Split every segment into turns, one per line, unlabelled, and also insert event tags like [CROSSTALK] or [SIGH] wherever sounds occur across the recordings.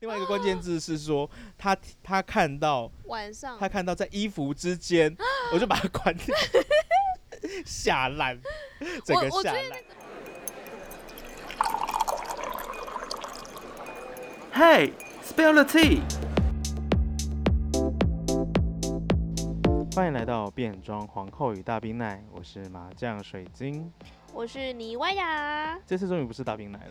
另外一个关键字是说，他他看到
晚上
他看到在衣服之间，
啊
我就把它关
[LAUGHS]
掉，下烂，整个
我我
下
觉得
烂。
Hey, spill the tea。
欢迎来到变装皇后与大冰奶，我是麻将水晶。
我是泥歪呀，
这次终于不是大冰奶了，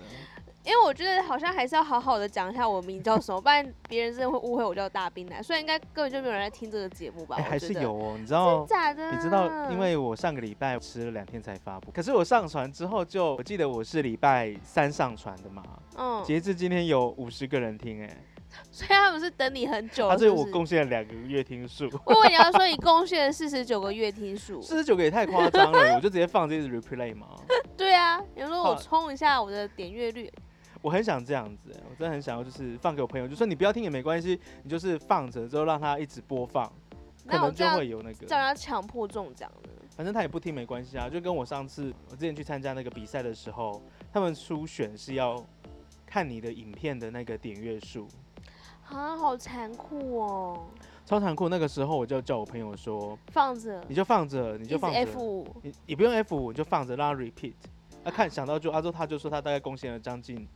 因为我觉得好像还是要好好的讲一下我名叫什么，不然别人真的会误会我叫大冰奶。虽然应该根本就没有人在听这个节目吧，
哎、
我
还
觉
是
得
有哦，你知道
真。假的？
你知道，
嗯
因为我上个礼拜吃了两天才发布，可是我上传之后就，我记得我是礼拜三上传的嘛，
嗯，
截至今天有五十个人听、哎，
[LAUGHS] 所以他们是等你很久
他
了，
对
是
啊我
不啊是？
贡献了两个月听数，
我以为你要说你贡献了四十九个月听数，
四十九个也太夸张了，我就直接放这支 replay 嘛。
对啊，有时候我
好
冲一下我的点阅率，
我很想这样子、欸我真的很想要，就是放给我朋友，就说你不要听也没关系，你就是放着之后让他一直播放，可
那我
能
这
就
样
会有那
这样
个。
要强迫中奖呢？
反正他也不听没关系啊，就跟我上次我之前去参加那个比赛的时候，他们初选是要看你的影片的那个点阅数，
啊，好残酷哦，
超残酷。那个时候我就叫我朋友说，
放着
你就放着，你
一
就
直
放
F
着，
五，
你也不用 F 五，你就放着让他 repeat。他、看想到就阿周、他就说他大概贡献了将近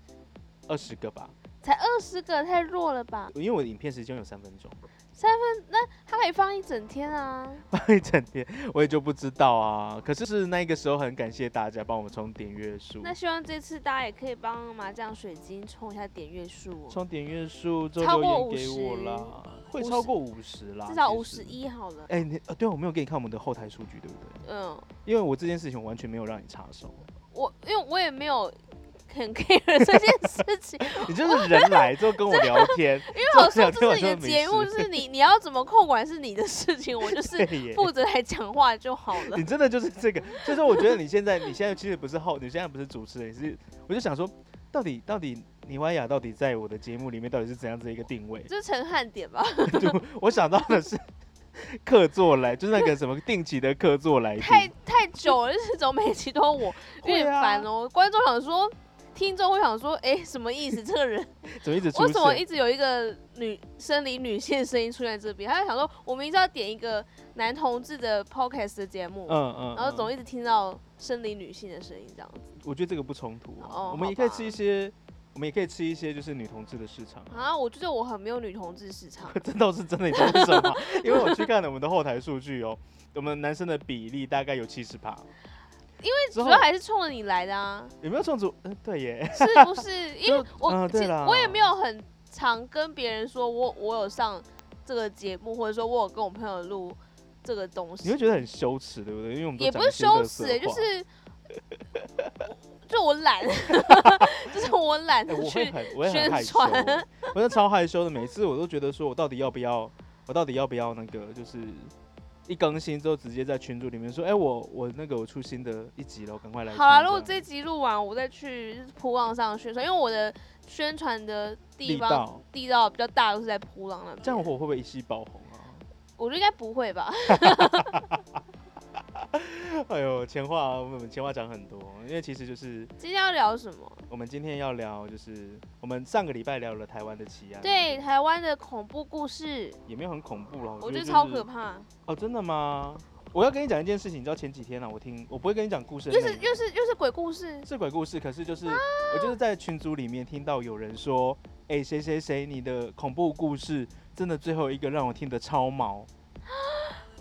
二十个吧，
才二十个，太弱了吧？
因为我的影片时间有三分钟。 [LAUGHS]
它可以放一整天啊。
一整天，我也就不知道啊。可是是那个时候很感谢大家帮我们冲点阅数，
那希望这次大家也可以帮麻将水晶冲一下点阅数哦，
冲点阅数就
超
留
过
言给
50
我啦，会超过五十啦，
至少
其
五
实
十。一好了。
哎、你呃，对我没有给你看我们的后台数据，对不对？
嗯，
因为我这件事情我完全没有让你插手，
我因为我也没有很 [LAUGHS] care 这件事 [LAUGHS] 情，
你就是人来之后跟我聊
[LAUGHS]
天，
因为我
这
说这
样
是你
听
的
完就没
节目，
事
就是你你要怎么控管是你的事情，我就 [LAUGHS] 是
对耶。
负责来讲话就好 [LAUGHS] 了
你。真的就是这个，所以说我觉得你现在，你现在其实不是后，你现在不是主持人，你是我就想说，到底到底倪歪雅到底在我的节目里面到底是怎样子一个定位？
这是陈汉典吧？
就我想到的是客座来，就是那个什么定期的客座来宾，
太太久了，就是怎么每期都我，有
会
点
啊
烦哦。观众想说，听众会想说，哎、什么意思？这个人
怎么一直出
为什么一
现？
直有一个女生理女性的声音出现在这边？他就想说，我明知道点一个男同志的 podcast 的节目，
嗯嗯，
然后总
嗯
一直听到生理女性的声音这样子。
我觉得这个不冲突啊、
哦
我们
好
也可以
吧
吃一些，我们也可以吃一些就是女同志的市场啊。。
啊，我觉得我很没有女同志市场
这倒是真的，你知道为
[LAUGHS]
什么吗？啊因为我去看了我们的后台数据哦，我们男生的比例大概有七十趴，因为 [LAUGHS] 之
主
后
要还是冲着你来
[LAUGHS]
的啊，
有没有冲突？嗯，对耶， [LAUGHS]
是不是？因为我、
嗯
其
对
实
啦
我也没有很常跟别人说我我有上这个节目，或者说我有跟我朋友录这个东西。
你会觉得很羞耻，对不对？因为我们都
也
讲
不
一
是
些
羞
垃圾
耻，就
话
是就我懒， [LAUGHS] 就是我懒
哎、
得
我
去
会很，我会很
宣
害羞，
传
我真的超害羞的。每次我都觉得说，我到底要不要，我到底要不要那个，就是一更新之后直接在群组里面说，哎、我我那个我出新的一集了，赶快来听。
好了，如果
这
这
样
集录完，我再去铺浪上宣传，因为我的宣传的地
力
方
道，
地道比较大，都是在铺浪那边。
这样我会不会一夕爆红啊？
我觉得应该不会吧？ [LAUGHS]
哎呦，前话我们前话讲很多，因为其实就是
今天要聊什么？
我们今天要聊，就是我们上个礼拜聊了台湾的奇案，
对，，台湾的恐怖故事，
也没有很恐怖了，
我
觉
觉
得
得
就
超
是
可怕。
哦，真的吗？我要跟你讲一件事情，你知道前几天啊，我听我不会跟你讲故事的
又
内
是啊
容
又是又是鬼故事，
是鬼故事，可是就是、我就是在群组里面听到有人说，哎、谁谁谁，你的恐怖故事真的最后一个让我听得超
[GASPS]
毛。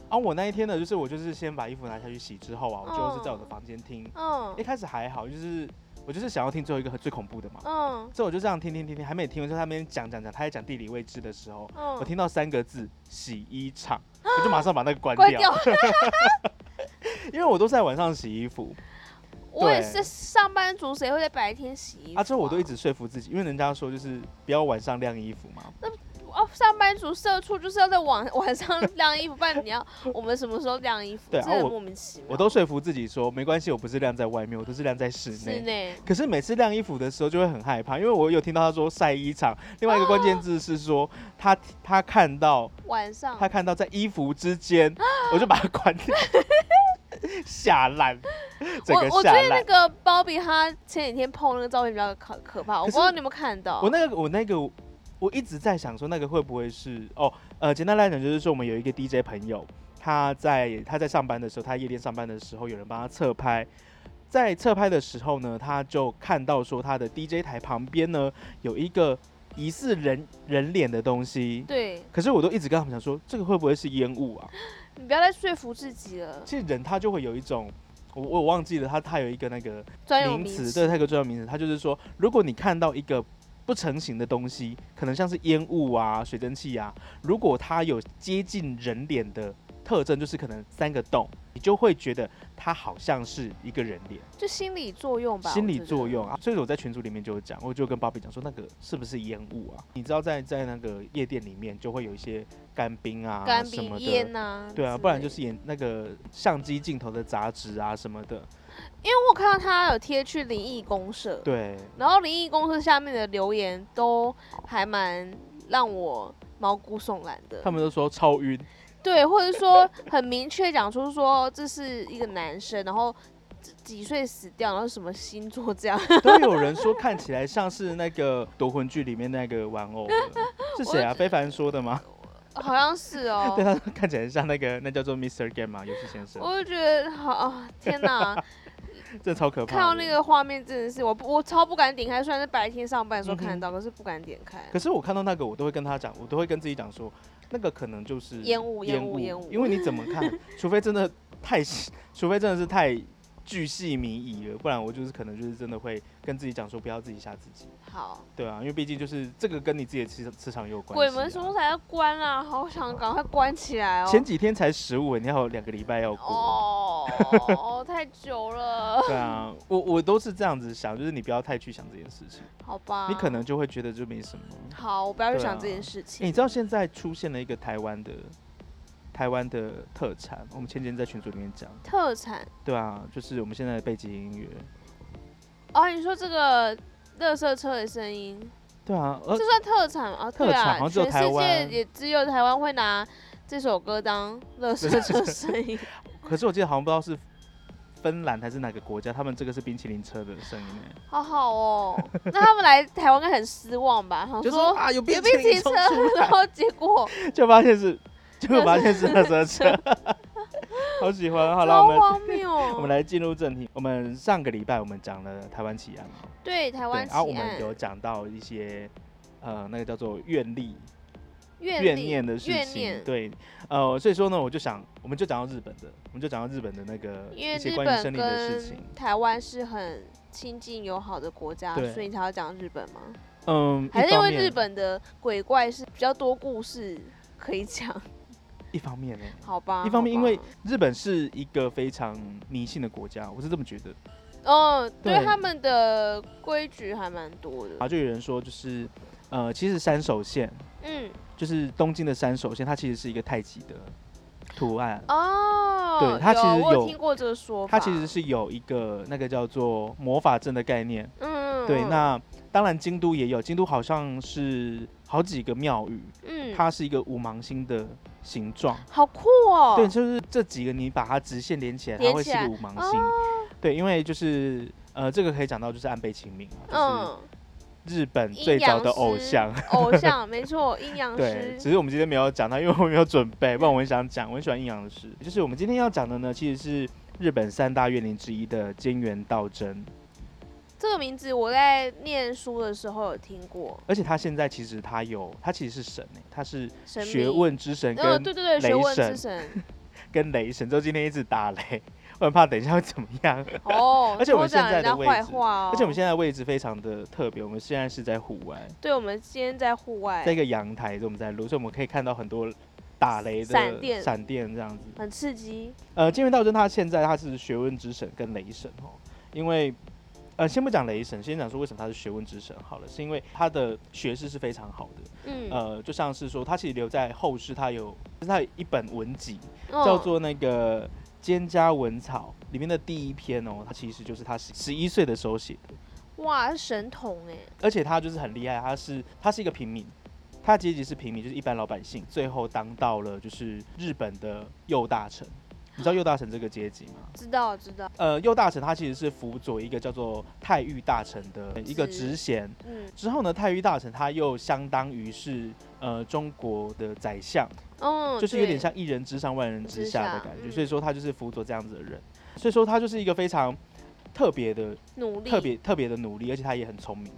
啊，我那一天呢，就是我就是先把衣服拿下去洗之后啊，我
哦
就是在我的房间听。
嗯
一开始还好，就是我就是想要听最后一个最恐怖的嘛，
嗯
所以我就这样听听听听，还没听完之后，他那边讲讲讲，他在讲地理位置的时候，我
嗯，
听到三个字“洗衣 [GASPS] 厂”，我就马上把那个关
关
掉， [LAUGHS]
掉。
因为我都是在晚上洗衣服。
我也
对
是上班族，谁会在白天洗衣服
啊，之后我都一直说服自己，因为人家说就是不要晚上晾衣服嘛。
哦，上班族社畜就是要在晚晚上晾衣服，不然你要我们什么时候晾衣服？
对啊
真的很
我
莫名其妙。
我都说服自己说没关系，我不是晾在外面，我都是晾在室
室
内。
内
可是每次晾衣服的时候就会很害怕，因为我有听到他说晒衣场，另外一个关键字是说他他看到
晚上
他看到在衣服之
[GASPS]
间，我就把它关 [LAUGHS] 掉，下烂，整个
我我觉
下
得那
烂。
个鲍比他前几天碰那个照片比较可可怕，
可
我不
是
哦知道你有没有看到。
我那个我那个我一直在想说那个会不会是哦，呃，简单来讲就是说我们有一个 DJ 朋友，他在他在上班的时候，他夜店上班的时候，有人帮他侧拍。在侧拍的时候呢，他就看到说他的 DJ 台旁边呢有一个疑似人人脸的东西，
对
可是我都一直跟他们讲说，这个会不会是烟雾啊？
你不要再说服自己了，
其实人他就会有一种，我我忘记了他他有一个那个
专有
名
名
词，对，它有个专有名词，它就是说，如果你看到一个不成形的东西，可能像是烟雾啊、水蒸气啊，如果它有接近人脸的特征，就是可能三个洞，你就会觉得它好像是一个人脸，
就心理作用吧，
心
我
理
觉
作
得
用。啊。所以我在群组里面就有讲，我就跟芭比讲说，那个是不是烟雾啊？你知道在在那个夜店里面就会有一些干冰啊
干
什
冰
么
烟
的。
呐，
对啊，
之
不然
类
就
的
是演那个相机镜头的杂质啊什么的。
因为我看到他有贴去灵异公社，
对，
然后灵异公社下面的留言都还蛮让我毛骨悚然的，
他们都说超晕，
对，或者说很明确讲出说这是一个男生，然后几几岁死掉，然后什么星座这样， [LAUGHS]
都有人说看起来像是那个夺魂剧里面那个玩偶的，是谁啊？非凡说的吗？
好像是哦
[LAUGHS] 对，。他啊说看起来像那个，那叫做 Mr. Game 嘛，游戏先生，
我就觉得好、啊，天哪！
这超可怕。
看到那，个画面真的是我不我超不敢点开，虽然是白天上班的时候
嗯
看得到，可是不敢点开。
可是我看到那个，我都会跟他讲，我都会跟自己讲说，那个可能就是
烟雾烟
烟
雾烟雾
因为你怎么看，除非真的太细，除非真的是太巨细靡遗了，不然我就是可能就是真的会跟自己讲说，不要自己吓自己，
好，
对啊，因为毕竟就是这个跟你自己的磁磁场也有关系、啊。
鬼门什么时候才要关啊？好想赶快关起来哦！
前几天才十五，你还有两个礼拜要过。
哦，太久了，
对啊，我我都是这样子想，就是你不要太去想这件事情，
好吧。
你可能就会觉得就没什么。
好，我不要去
对
想
啊
这件事情。
诶你知道现在出现了一个台湾的台湾的特产，我们前几天在群组里面讲，
特产
对啊，就是我们现在的背景音乐，
哦，你说这个垃圾车的声音，
对啊，呃
这，算特产吗啊？
特
对
产
啊，
好像只有
全
台
世界
湾
也只有台湾会拿这首歌当垃圾车声音。
可是我记得好像不知道是芬兰还是哪个国家，他们这个是冰淇淋车的声音欸诶，
好好哦，那他们来台湾应该很失望吧？想
就
说
啊有
有
冰
冰淇淋车
冲出，
[LAUGHS] 然后结果
就发现是就发现是垃圾车，
[LAUGHS]
好喜欢，好了，我
超
们
荒
我
谬
们。来进入正题。我们上个礼拜我们讲了台湾起案嘛，
对，台
对，
湾
然
奇
后我们
案
有讲到一些呃那个叫做愿力、
怨
怨
力
念的事
怨
情。
念
对，呃，所以说呢，我就想，我们就讲到日本的，我们就讲到日本的那个
因为
一些
日
关于
本
生灵的事情。
跟台湾是很亲近友好的国家，
对
所以你才要讲日本吗？
嗯，
还
一
是因
方
为
面
日本的鬼怪是比较多故事可以讲？
一方面呢、
好吧。
一方面，
好
因
吧
为日本是一个非常迷信的国家，我是这么觉得。
嗯，对
对
他们的规矩还蛮多
然后
的。
就有人说，就是呃，其实山手线，
嗯，
就是东京的山手线，它其实是一个太极的图案。
哦，
对他其实
有我
有
听过这个说法。
它其实是有一个那个叫做魔法阵的概念。
嗯，嗯，
对，
嗯
那当然京都也有，京都好像是好几个庙宇，
嗯，
它是一个五芒星的形状。
好酷哦。
对，就是这几个你把它直线连起来，它
连
会
起
是一
来
个五芒星。
哦，
对，因为就是呃，这个可以讲到就是安倍晴明啊，
嗯，
就是日本
阴
最早
阳
的偶
师
像。
偶像没错，阴阳
[LAUGHS] 对，
师。
只是我们今天没有讲到，因为我没有准备，不然我很想讲，我很喜欢阴阳师。就是我们今天要讲的呢，其实是日本三大怨灵之一的菅原道真，
这个名字我在念书的时候有听过，
而且他现在其实他有，他其实是神、欸、他是
神
学
明
问之神
呃，
跟、
对对对，学
雷
问之
神
神
跟雷神，就今天一直打雷，我很怕等一下会怎么样。 [LAUGHS]
哦，
而且我
偷
们
讲
现在
人
的
家
位
坏
置
话哦，
而且我们现在的位置非常的特别，我们现在是在户外，
对，我们今天在户外
在，一个阳台，我们在录，所以我们可以看到很多打雷的
闪电
闪电这样子。
很刺激，
呃，金元道真他现在他是学问之神跟雷神哦，因为呃，先不讲雷神，先讲说为什么他是学问之神好了，是因为他的学识是非常好的，
嗯，
呃，就像是说他其实留在后世，他有就是他有一本文集叫
叫
做那个《蒹葭文草》里面的第一篇哦，他其实就是他十十一岁的时候写的，
哇，是神童哎，
而且他就是很厉害，他是他是一个平民。他阶级是平民，就是一般老百姓，最后当到了就是日本的右大臣，你知道右大臣这个阶级吗？
知道知道，
呃，右大臣他其实是辅佐一个叫做太尉大臣的一个
是
职衔。
嗯，
之后呢，太尉大臣他又相当于是呃中国的宰相，
哦，
就是有点
对
像一人之上万人之下的
之下
感觉。
嗯
所以说他就是辅佐这样子的人，所以说他就是一个非常特别的
努力，
特别特别的努力，而且他也很聪明。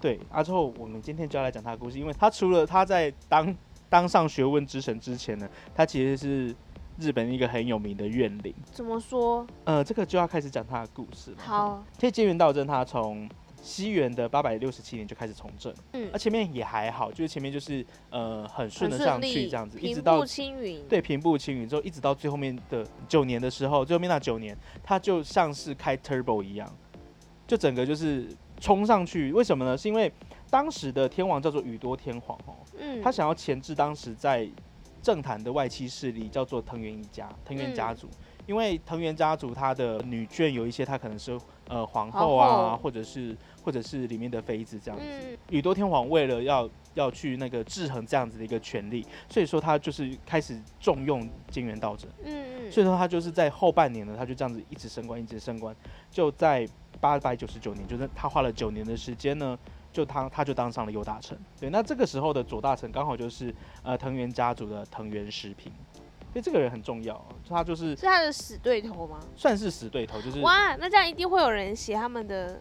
对，啊，之后我们今天就要来讲他的故事，因为他除了他在当当上学问之神之前呢，他其实是日本一个很有名的怨灵。
怎么说？
呃，这个就要开始讲他的故事了。哦，
好，
其实菅原道真他从西元的八百六十七年就开始从政，
嗯
那、，前面也还好，就是前面就是呃很顺
很
的
顺
上去
利，
这样子，一直
平
到
步青云，，
对平步青云之后，一直到最后面的九年的时候，最后面那九年，他就像是开 turbo 一样，就整个就是冲上去。为什么呢？是因为当时的天王叫做宇多天皇哦，
嗯，
他想要钳制当时在政坛的外戚势力，叫做藤原一家、藤原家
嗯
族。因为藤原家族他的女眷有一些，她可能是呃皇后
皇
啊，
后
或者是或者是里面的妃子这样子。
嗯，
宇多天皇为了要要去那个制衡这样子的一个权力，所以说他就是开始重用金元道真，
嗯嗯
所以说他就是在后半年呢，他就这样子一直升官，一直升官，就在八百九十九年，就是他花了九年的时间呢，就他他就当上了右大臣。对，那这个时候的左大臣刚好就是呃藤原家族的藤原时平，所以这个人很重要，哦他就是
是他的死对头吗？
算是死对头，就是
哇，那这样一定会有人写他们的，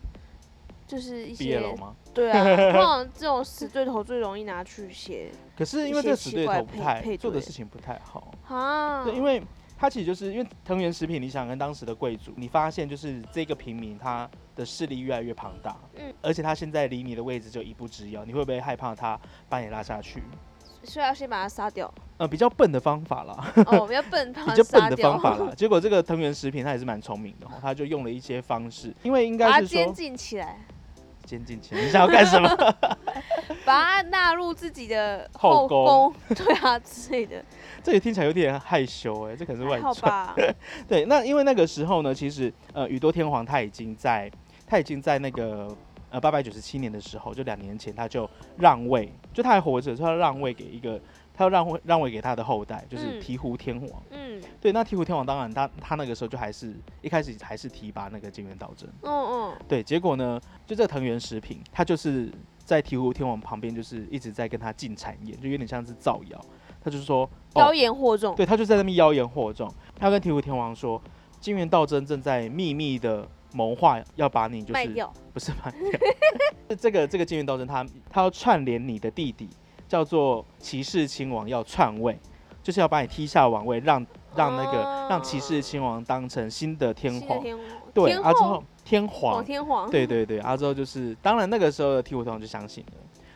就是一
毕业
些
了吗？
对啊，
[LAUGHS]
通常这种死对头最容易拿去写
可是因为
一些
这个死对
奇怪
头不
配配
太
对
做的事情不太好，
啊，
对，因为他其实就是因为藤原食品，你想跟当时的贵族，你发现就是这个平民他的势力越来越庞大，
嗯，
而且他现在离你的位置就一步之遥，你会不会害怕他把你拉下去？
所以要先把他
[LAUGHS]
杀掉。
呃，比较笨的方法
[LAUGHS]
啦，
哦，我们要笨把
比
他
较笨
杀
的
掉
方，法啦。结果这个藤原食品他也是蛮聪明的、哦，他就用了一些方式，因为应
把
该
他
是
监
说
禁起来，
监禁前，你想要干什么？ [LAUGHS]
把他纳入自己的
后
宫，对啊之类的，
这也听起来有点害羞哎、这可能是 [LAUGHS] 外
还好
传。 [LAUGHS]
吧？
对，那因为那个时候呢，其实呃，宇多天皇他已经在他已经在那个呃八百九十七年的时候，就两年前他就让位，就他还活着，他要让位给一个，他要让位让位给他的后代，就是
嗯
醍醐天皇。
嗯，
对，那醍醐天皇当然他他那个时候就还是一开始还是提拔那个金元道真，
嗯
对，结果呢，就这个藤原食平，他就是在醍醐天皇旁边，就是一直在跟他进谗言，就有点像是造谣。他就是说，哦
嗯，妖言惑众，
对他就在那边妖言惑众，他跟醍醐天皇说，金元道真正在秘密的谋划，要把你就
卖
是
掉，
不是卖掉， [LAUGHS] 是这个这个金元道真他他要串联你的弟弟，叫做骑士亲王要篡位，就是要把你踢下王位，让让那个、让骑士亲王当成新的天
新的
皇，
天
对，
天
啊之
后
后天
广
皇，
天皇，
对对对，啊之后就是当然那个时候的醍醐天皇就相信了。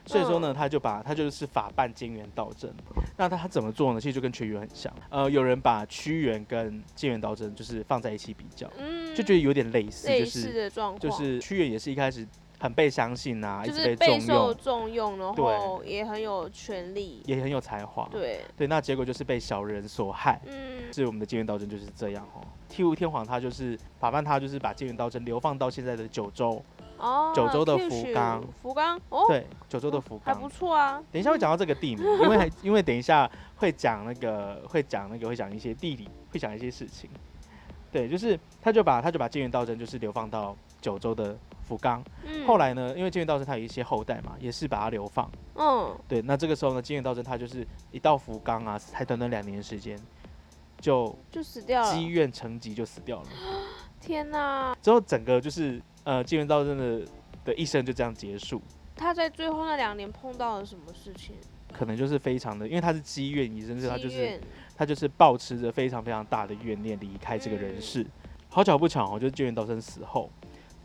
所以说
嗯
呢，他就把他就是法办金元道真。那他他怎么做呢？其实就跟屈原很像。呃，有人把屈原跟金元道真就是放在一起比较，
嗯，
就觉得有点类似，
类
就
似
是
的状况，
就是屈原也是一开始很被相信啊，
就
一
是
直
备
重
受
用，
重用，然
对
后也很有权利，
也很有才华。
对，
对，那结果就是被小人所害。
嗯，
是我们的金元道真就是这样哦。醍醐天皇他就是法办他就是把金元道真流放到现在的九州，
哦，
九州的
Kyushu，
福冈
福冈哦，
对，九州的福
还
冈
不。错啊，
等一下会讲到这个
[LAUGHS]
地名，因为还因为等一下会讲那个会讲那个会讲一些地理，会讲一些事情。对，就是他就把他就把金元道真就是流放到九州的福冈。
嗯，
后，来呢，因为金元道真他有一些后代嘛，也是把他流放。
嗯，
对，那这个时候呢，金元道真他就是一到福冈啊，才短短两年的时间，就
就死掉了，
积怨成疾就死掉了。
天哪，
之后整个就是呃金元道真的的一生就这样结束。
他在最后那两年碰到了什么事情？
可能就是非常的，因为他是积怨已深，所以他就
积
是
怨
他就是抱持着非常非常大的怨念离开这个人世。好巧不巧哦，就是救援道生死后，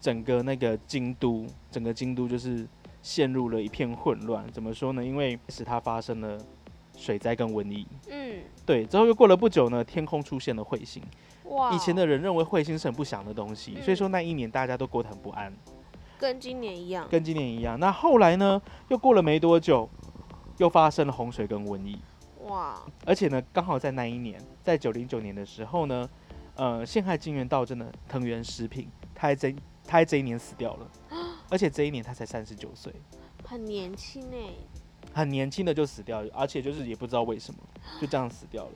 整个那个京都，整个京都就是陷入了一片混乱。怎么说呢？因为使它发生了水灾跟瘟疫。
嗯，
对，之后又过了不久呢，天空出现了彗星。
哇，
以前的人认为彗星是很不祥的东西，
嗯
所以说那一年大家都过得很不安，
跟今年一样，
跟今年一样。那后来呢，又过了没多久，又发生了洪水跟瘟疫。
哇，
而且呢，刚好在那一年，在九零九年的时候呢，呃，陷害金元道真的藤原食品，他还这他还这一年死掉了，而且这一年他才三十九岁，
很年轻哎，
很年轻的就死掉了，而且就是也不知道为什么就这样死掉了。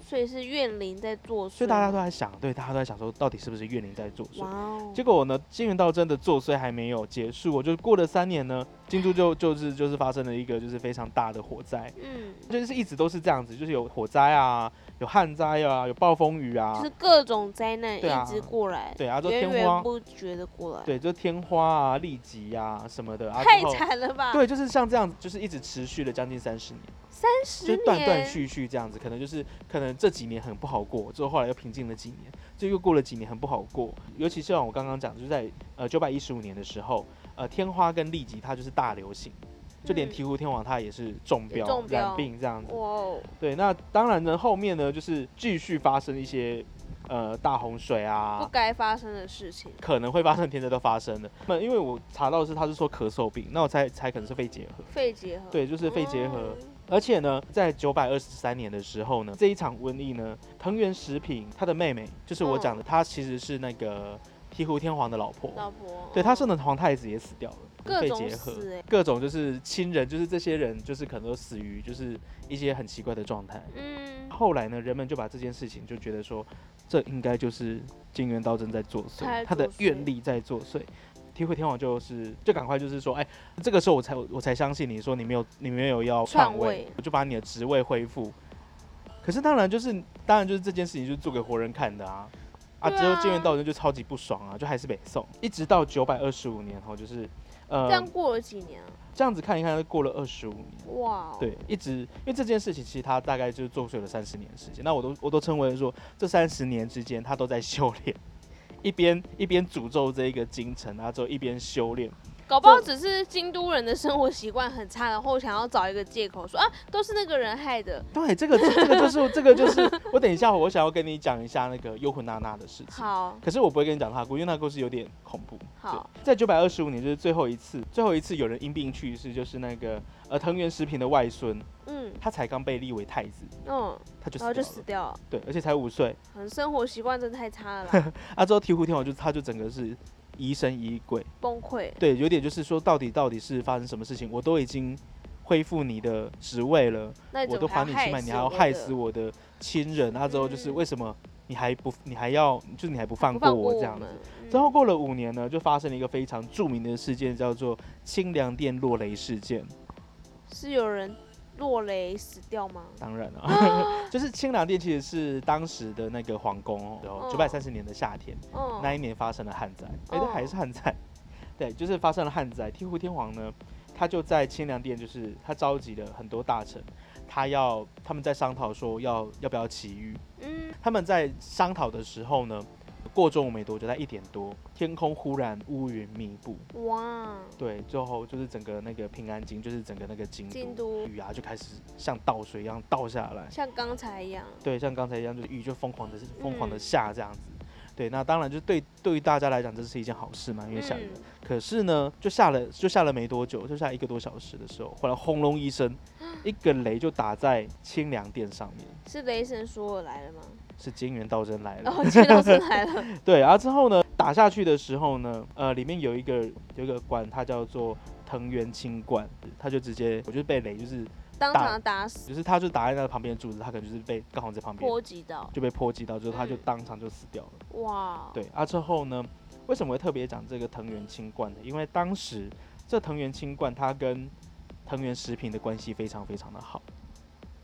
所以是怨灵在作祟吗，
所以大家都在想，对，大家都在想说到底是不是怨灵在作祟
哇。哦，
结果呢，金元道真的作祟还没有结束，我就过了三年呢，京都就就是就是发生了一个就是非常大的火灾，
嗯，
就是一直都是这样子，就是有火灾啊，有旱灾啊，有暴风雨啊
就，是各种灾难
对啊
一直过来，
对啊，就
源
天
源
花，
不绝的过来，
对，就天花啊、痢疾啊什么的啊，
太
之后
惨了吧？
对，就是像这样子，就是一直持续了将近三十年，
三十
就
年，
断断续续这样子，可能就是可能这几年很不好过，之后后来又平静了几年，就又过了几年很不好过。尤其是像我刚刚讲，就是在呃九百一十五年的时候，呃天花跟痢疾它就是大流行，就连
嗯
醍醐天皇他也是中标、
中标
染病这样子。
哇哦，
对，那当然呢，后面呢就是继续发生一些呃大洪水啊，
不该发生的事情，
可能会发生，天灾都发生了。 [LAUGHS] 那因为我查到的是他是说咳嗽病，那我猜猜可能是肺结核。
肺结核，
对，就是肺结核。
嗯
而且呢，在九百二十三年的时候呢，这一场瘟疫呢，藤原食品她的妹妹，就是我讲的，她其实是那个醍醐天皇的老婆。
嗯老婆，
对，她生的皇太子也死掉了，
各
肺
种
结核
死欸，
各种就是亲人，就是这些人，就是可能都死于就是一些很奇怪的状态。
嗯，
后来呢，人们就把这件事情就觉得说，这应该就是金元道真在作
他在
祟，他的
作祟
愿力在作祟。醍醐天皇就是就赶快就是说，哎，这个时候我才我才相信你说你没有你没有要
篡
篡位
位，
我就把你的职位恢复。可是当然就是当然就是这件事情就是做给活人看的啊啊！
对
之后
啊
金元道真就超级不爽啊，就还是北宋，一直到九百二十五年后，就是呃
这样过了几年啊？
这样子看一看，过了二十五年。
哇哦，
对，一直因为这件事情，其实他大概就是作祟了三十年的时间。那我都我都称为说，这三十年之间，他都在修炼，一边一边诅咒这一个京城，然后之后一边修炼。
搞不好只是京都人的生活习惯很差，然后想要找一个借口说啊，都是那个人害的。
对，这个这个就是这个就是我等一下我想要跟你讲一下那个幽魂娜娜的事情。
好，
可是我不会跟你讲他的故事，因为他的故事有点恐怖。对
好，
在九百二十五年，就是最后一次，最后一次有人因病去世，就是那个呃藤原食平的外孙，
嗯
他才刚被立为太子，
嗯，
他就死掉
然后
了。
就死掉了，
对，而且才五岁。
可能生活习惯真的太差了
[LAUGHS]
啦，
啊，之后醍醐天皇就他就整个是疑神疑鬼，
崩溃。
对，有点就是说到底到底是发生什么事情，我都已经恢复你的职位了，
那你
我
怎
都
么
还
还要
你清白，
害
你
死
还要
我
害死我的亲人，啊之后就是
嗯
为什么你还不你还要就是你还不放
不
过
放过
我这
我
样子
们。。嗯
之后过了五年呢，就发生了一个非常著名的事件，叫做清凉殿落雷事件。
是有人落雷死掉吗？
当然了、 [LAUGHS] 啊，就是清凉殿其实是当时的那个皇宫哦，九百三十年的夏天，
嗯，
那一年发生了旱灾，哎、
哦
对，还是旱灾，对，就是发生了旱灾。醍醐天皇呢，他就在清凉殿，就是他召集了很多大臣，他要他们在商讨说要要不要祈雨。
嗯，
他们在商讨的时候呢，过中午没多久，在一点多，天空忽然乌云密布，
哇，
对，最后就是整个那个平安京，就是整个那个京都
京都
雨啊，就开始像倒水一样倒下来。
像刚才一样，
对，像刚才一样，就是雨就疯狂的疯狂的
嗯
下这样子。对，那当然就对对于大家来讲，这是一件好事嘛，因为下雨。
嗯
可是呢，就下了就下了没多久，就下一个多小时的时候，忽然轰隆一
[GASPS]
声，一个雷就打在清凉殿上面，
是雷神索尔来
[LAUGHS]
了吗？
是金元道真来了。
然后接到是来了，
[LAUGHS] 对，然后之后呢，打下去的时候呢，呃，里面有一个有一个官，他叫做藤原清冠，他就直接我就被雷，就是
当场打死，
就是他就打在那个旁边的柱子，他可能就是被刚好在旁边
波及到，
就被波及到，之后他就
嗯
当场就死掉了。
哇，，
对啊，之后呢，为什么会特别讲这个藤原清冠呢？因为当时这藤原清冠他跟藤原食品的关系非常非常的好，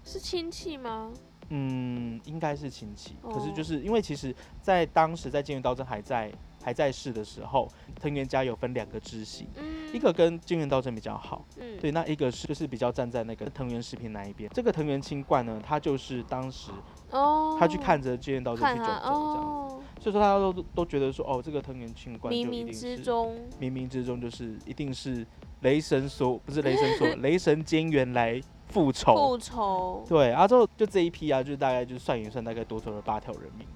是亲戚吗？
嗯，应该是亲戚。可是
哦
就是因为其实，在当时在金元道真还在还在世的时候，藤原家有分两个支系，
嗯，
一个跟金元道真比较好，
嗯，
对，那一个是就是比较站在那个藤原食品那一边。这个藤原清冠呢，他就是当时
哦，
他去看着金元道真
看
去
他
走走这样，
哦，
所以说大家都都觉得说，哦，这个藤原清冠就一
冥
定
冥之
是
中，
冥冥之中就是一定是雷神所不是雷神
[LAUGHS]
所雷神兼元来复仇。
复仇
对，然后之后就这一批啊，就大概就算一算，大概多出了八条人命，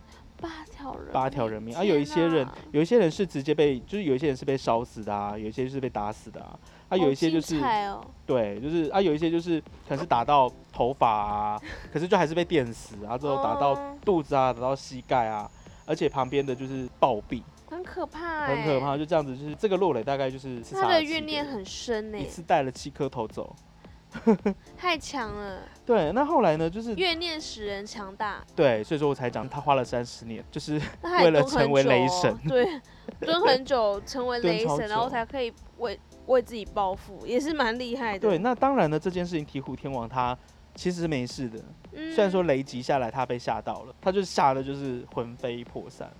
八条人，
八条人命啊。有一些人
天哪，
有一些人是直接被，就是有一些人是被烧死的啊，有一些是被打死的啊，啊，有一些就
好
是
精彩哦，
对，就是啊，有一些就是可能是打到头发
[LAUGHS]
啊，可是就还是被电死啊，之后打到
哦
肚子啊，打到膝盖啊，而且旁边的就是暴毙，
很可怕，欸
很可。怕，就这样子，就是这个落雷大概就是刺
哎他
杀了
的
七
怨
个
念
人
很深呢欸
一，次带了七颗头走，
太强了，
[LAUGHS] 对，那后来呢，就是
怨念使人强大。
对，所以说我才讲他花了三十年，就是
那他也
为了
蹲很
成为
久
雷
哦
神 [LAUGHS]
对，蹲很久成为
蹲
雷
超
神，然后
久
才可以为为自己报复，也是蛮厉害的。
[LAUGHS] 对。，那当然呢，这件事情鹈鹕天王他其实没事的，
嗯
虽然说雷击下来他被吓到了，他就吓得就是魂飞魄散，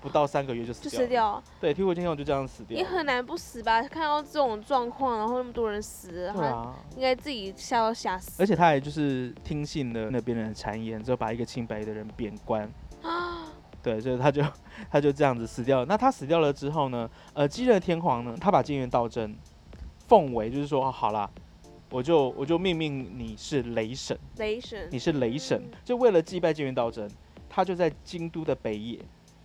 不到三个月就死
就
掉了。
死掉，
对，鹈鹕天王就这样死掉
也
了。
很难不死吧？看到这种状况，然后那么多人死了，
对
他
啊，
应该自己吓到吓死。
而且他还就是听信了那边人的谗言，之后把一个清白的人贬
[GASPS]
官。对，所以他就 [LAUGHS] 他就这样子死掉了。那他死掉了之后呢？呃，激烈的天皇呢，他把金元道真奉为就是说，哦好啦，我就我就命命你是雷神，
雷神
你，是雷神
嗯，
就为了祭拜金元道真，他就在京都的北野，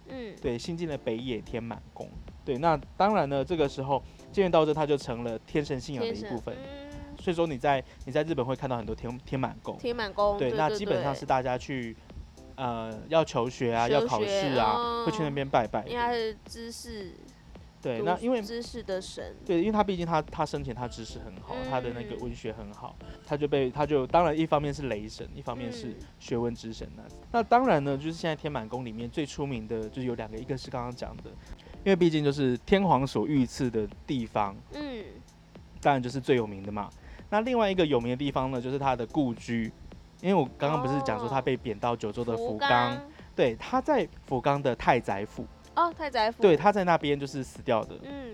嗯，
对，新进了北野天满宫。对，那当然呢，这个时候金元道真他就成了天神信仰的
天
一
神，
部分。
嗯
所以说你在你在日本会看到很多天天满宫，
天满宫，
对，
对，
那
对
基本上
对
是大家去呃要求学啊，要
求
考
学
试啊，会去那
嗯
边拜拜的。
因为他是知识，
对，
读
那因为
知识的神，
对，因为他毕竟他他生前他知识很好，他的那个
嗯
文学很好，他就被他就当然一方面是雷神，一方面是
嗯
学问之神那、啊那当然呢，就是现在天满宫里面最出名的就是有两个，一个是刚刚讲的，因为毕竟就是天皇所御赐的地方，
嗯，
当然就是最有名的嘛。那另外一个有名的地方呢，就是他的故居，因为我刚刚不是讲说他
哦
被贬到九州的福
福
冈，对，他在福冈的太宰府，
冈，哦，太宰府，
对，，他在那边就是死掉的。
嗯，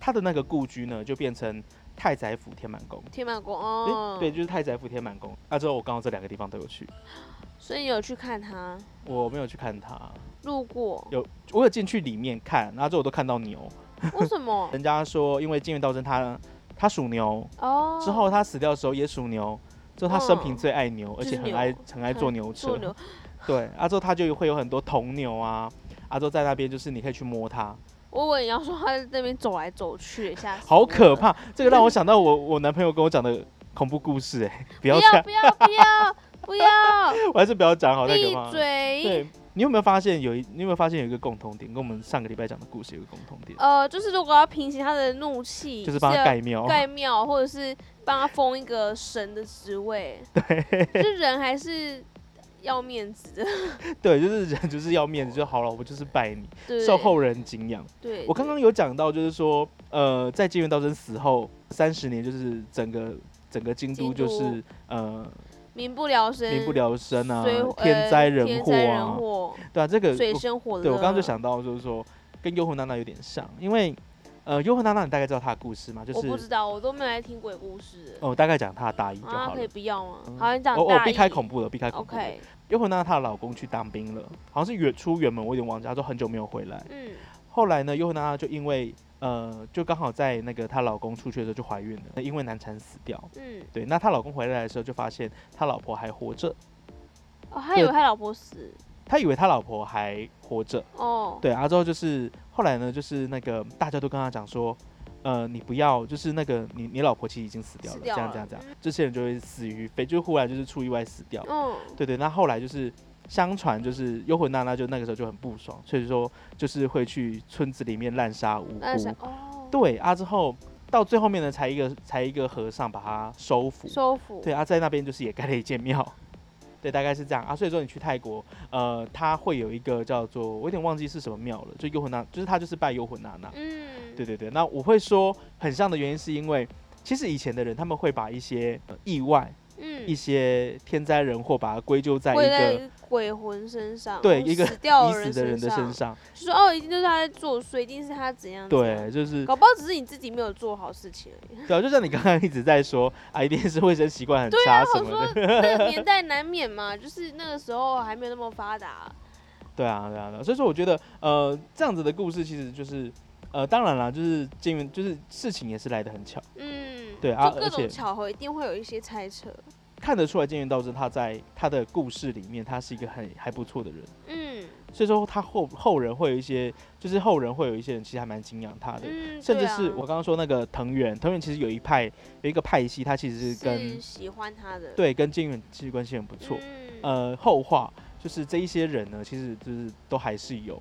他的那个故居呢，就变成太宰府天满宫。
天满宫，
诶
哦，
对，就是太宰府天满宫。那、之后我刚好这两个地方都有去，
所以你有去看他
我没有去看他，，
路过
有我有进去里面看，然后之后我都看到牛。
为什么？
[LAUGHS] 人家说，因为金元道真他他属牛，
哦，
之后他死掉的时候也属牛，之后他生平
嗯
最爱牛，而
就
且
是
很爱
牛
很爱坐牛车。
[LAUGHS] 做牛，
对，啊之后他就会有很多铜牛啊，啊之后在那边就是你可以去摸它。
我以为你要说他在那边走来走去，吓
[LAUGHS]
死，
好可！怕！这个让我想到我我男朋友跟我讲的恐怖故事、
[LAUGHS]
哎，不
不
要
要
这样，
不要不要不要，
我还是不要讲 [LAUGHS] 好，太可
闭
怕了。
嘴！
对，你有没有发现有一？你有没有发现有一个共同点，跟我们上个礼拜讲的故事有个共同点，
呃，就是如果要平息他的怒气，
就是帮他
要
盖庙。
哦啊盖庙，或者是帮他封一个神的职位。
[LAUGHS]
对，就人还是要面子的。
[LAUGHS] 对，就是人就是要面子就好了，我就是拜你，
对，
受后人敬仰。
对，
我刚刚有讲到，就是说，呃，在金元道真死后三十年，就是整个整个京都
京
就
都
是呃
民不聊生，
民不聊生啊
水，
天灾
呃
人
天
祸
灾
啊
人，祸
对啊，这个
水
我
深火热。
对我刚刚就想到，就是说跟幽魂娜娜有点像，因为呃，幽魂娜娜你大概知道她的故事嘛，就
我不知
是
道，我都没有来听鬼故事。
哦，我大概讲她的大意就
啊，
好
可以
了。
不要吗？
嗯
好，你讲
哦哦，
大
避开
意
恐怖了，避开恐怖了。
OK，
幽魂娜娜她的老公去当兵了，好像是远出远门，我有点忘记，她说很久没有回来。
嗯，
后来呢，幽魂娜娜就因为呃，就刚好在那个她老公出去的时候就怀孕了，因为难产死掉。
嗯，
对，那她老公回来的时候就发现她老婆还活着，
哦，他以
对
为他老婆死，
他以为她老婆还活着，
哦，
对，啊之后就是后来呢，就是那个大家都跟他讲说，呃，你不要，就是那个你你老婆其实已经死掉了，嗯
死掉
这样
了
这样这样，这些人就会死于非，就忽然就是出意外死掉。
嗯，
对对，那后来就是相传就是幽魂娜娜就那个时候就很不爽，所以说就是会去村子里面滥杀无
那是
辜。
哦，
对啊，之后到最后面呢，才一个才一个和尚把他收服。
收服，
对啊，在那边就是也盖了一间庙，对，大概是这样啊。所以说你去泰国，呃，它会有一个叫做我有点忘记是什么庙了，就幽魂娜，就是它就是拜幽魂娜娜。
嗯，
对对对，那我会说很像的原因是因为，其实以前的人他们会把一些、呃意外、
嗯，
一些天灾人祸，把它归咎在一
跪在一
个
个鬼魂身上，
对
或
一个
死掉
已死的人的身
身，
上。
就说哦，一定就是他在作祟，一定是他怎样，怎样
对，就是
搞不好只是你自己没有做好事情而已。
对啊，就像你刚刚一直在说啊，一定是卫生习惯很
对
差
啊，
什
我
么
说
的。
那个年代难免嘛，就是那个时候还没有那么发达，
对啊，对啊，对啊。所以说，我觉得，呃，这样子的故事其实就是，呃，当然啦，就是金元，就是事情也是来的很巧，
嗯，
对啊
就各
而且
种巧合一定会有一些猜测，
看得出来金元道真他在他的故事里面，他是一个很还不错的人。
嗯
所以说，他后后人会有一些，就是后人会有一些人其实还蛮敬仰他的，
嗯，
甚
对
至是
啊
我刚刚说那个藤原，藤原其实有一派有一个派系，他其实是跟
是喜欢他的，
对跟金元其实关系很不错。呃
嗯，
呃，后话就是这一些人呢，其实就是都还是有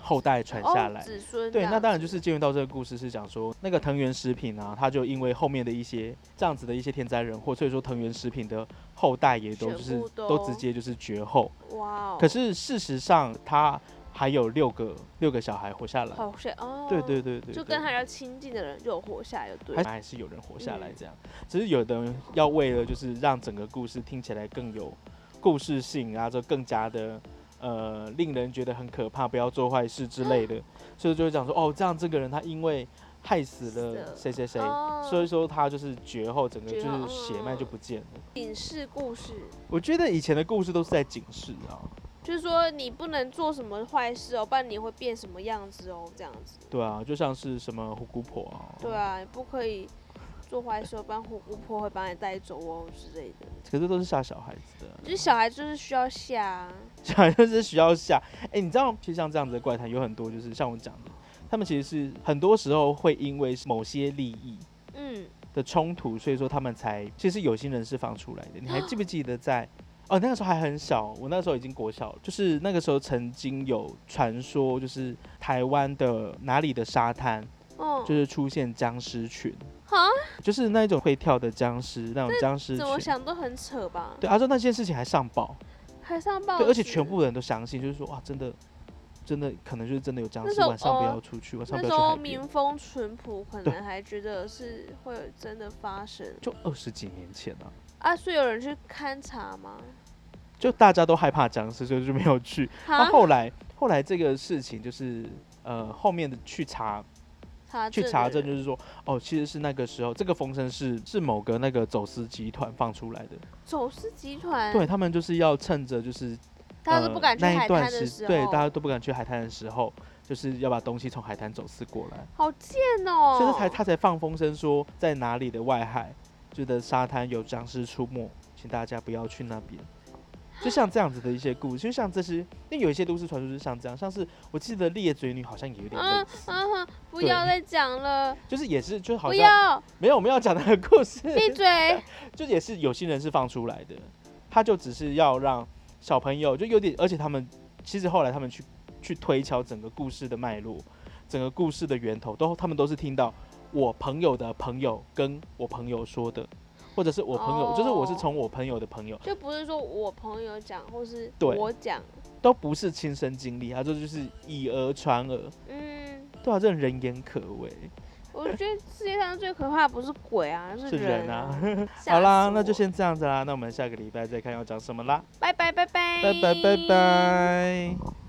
后代传下来
哦、。子孙这
对，
样
那当然就是借用到这个故事是讲说，那个藤原食品啊，他就因为后面的一些这样子的一些天灾人祸，所以说藤原食品的后代也都
全
就是
部都
都直接就是绝后。
哇哦，
可是事实上，他还有六个六个小孩活下来。
好帅哦，
对对对对对，
就跟他比较亲近的人就有活下来，就对
还
了。
还是有人活下来
嗯
这样。只是有的人要为了就是让整个故事听起来更有故事性啊，就更加的呃令人觉得很可怕，不要做坏事之类的，
啊
所以就会讲说哦，这样这个人他因为害死
死
了
了
谁谁谁。
哦
所以说他就是绝后，整个就
绝后嗯
是血脉就不见了。
警示故事
我觉得以前的故事都是在警示啊，
就是说你不能做什么坏事哦，不然你会变什么样子哦，这样子。
对啊，就像是什么虎姑婆啊，
对啊，你不可以做坏事哦，不然虎姑婆会把你带走哦之类的。
可是都是吓小孩子的。
就是小孩就是需要吓啊，
小孩 [LAUGHS] 就是需要下。哎、你知道，其实像这样子的怪谈有很多，就是像我讲的，他们其实是很多时候会因为某些利益
嗯，
的冲突，所以说他们才其实有心人是放出来的。你还记不记得在？哦，那个时候还很小，我那个时候已经国小了，就是那个时候曾经有传说，就是台湾的哪里的沙滩，
哦，
就是出现僵尸群，
哈，
就是那种会跳的僵尸，那种僵尸
怎么
群。
想都很扯吧？
对，他说那件事情还上报，
还上报纸，
对，而且全部人都相信，就是说哇，真的，真的可能就是真的有僵
那
尸，
时候
晚上不
呃
要出去，晚上
那
不
时
要去
候
海边
民。风淳朴，可
对
能还觉得是会有真的发生
就二十几年前啊，
啊，所以有人去勘察吗？
就大家都害怕僵尸，所以就没有去。
哈
那，后来，后来这个事情就是，呃，后面的去查
查
去
证
查
的
证，就
人
是说，哦，其实是那个时候这个风声是是某个那个走私集团放出来的，
走私集团，
对他们就是要趁着就是
嗯大家都
呃
不敢去
那
海
一段
滩的
时
时候，
对大家都不敢去海滩的时候，就是要把东西从海滩走私过来。
好贱哦，
所以他才他才放风声说在哪里的外海，就的沙滩有僵尸出没，请大家不要去那边。就像这样子的一些故事，就像这些，那有一些都市传说是像这样，像是我记得裂嘴女好像也有点类
嗯
似，
嗯哼，不
对
要再讲了，
就是也是就好
不
像
要
没有我们要讲的故事，[LAUGHS]
闭嘴，
就也是有心人是放出来的，他就只是要让小朋友就有点，而且他们其实后来他们去去推敲整个故事的脉络，整个故事的源头，都他们都是听到我朋友的朋友跟我朋友说的，或者是我朋友，
哦
就是我是从我朋友的朋友，
就不是说我朋友讲或是
对
我讲，
都不是亲身经历，他这就是以讹传讹，
嗯。
对啊，这人言可畏，
我觉得世界上最可怕的不是鬼啊，是
是人
啊
啊。。 [LAUGHS]
吓
好啦
死，
那就
我，
先这样子啦，那我们下个礼拜再看要讲什么啦，
拜拜拜拜，
拜拜拜。拜。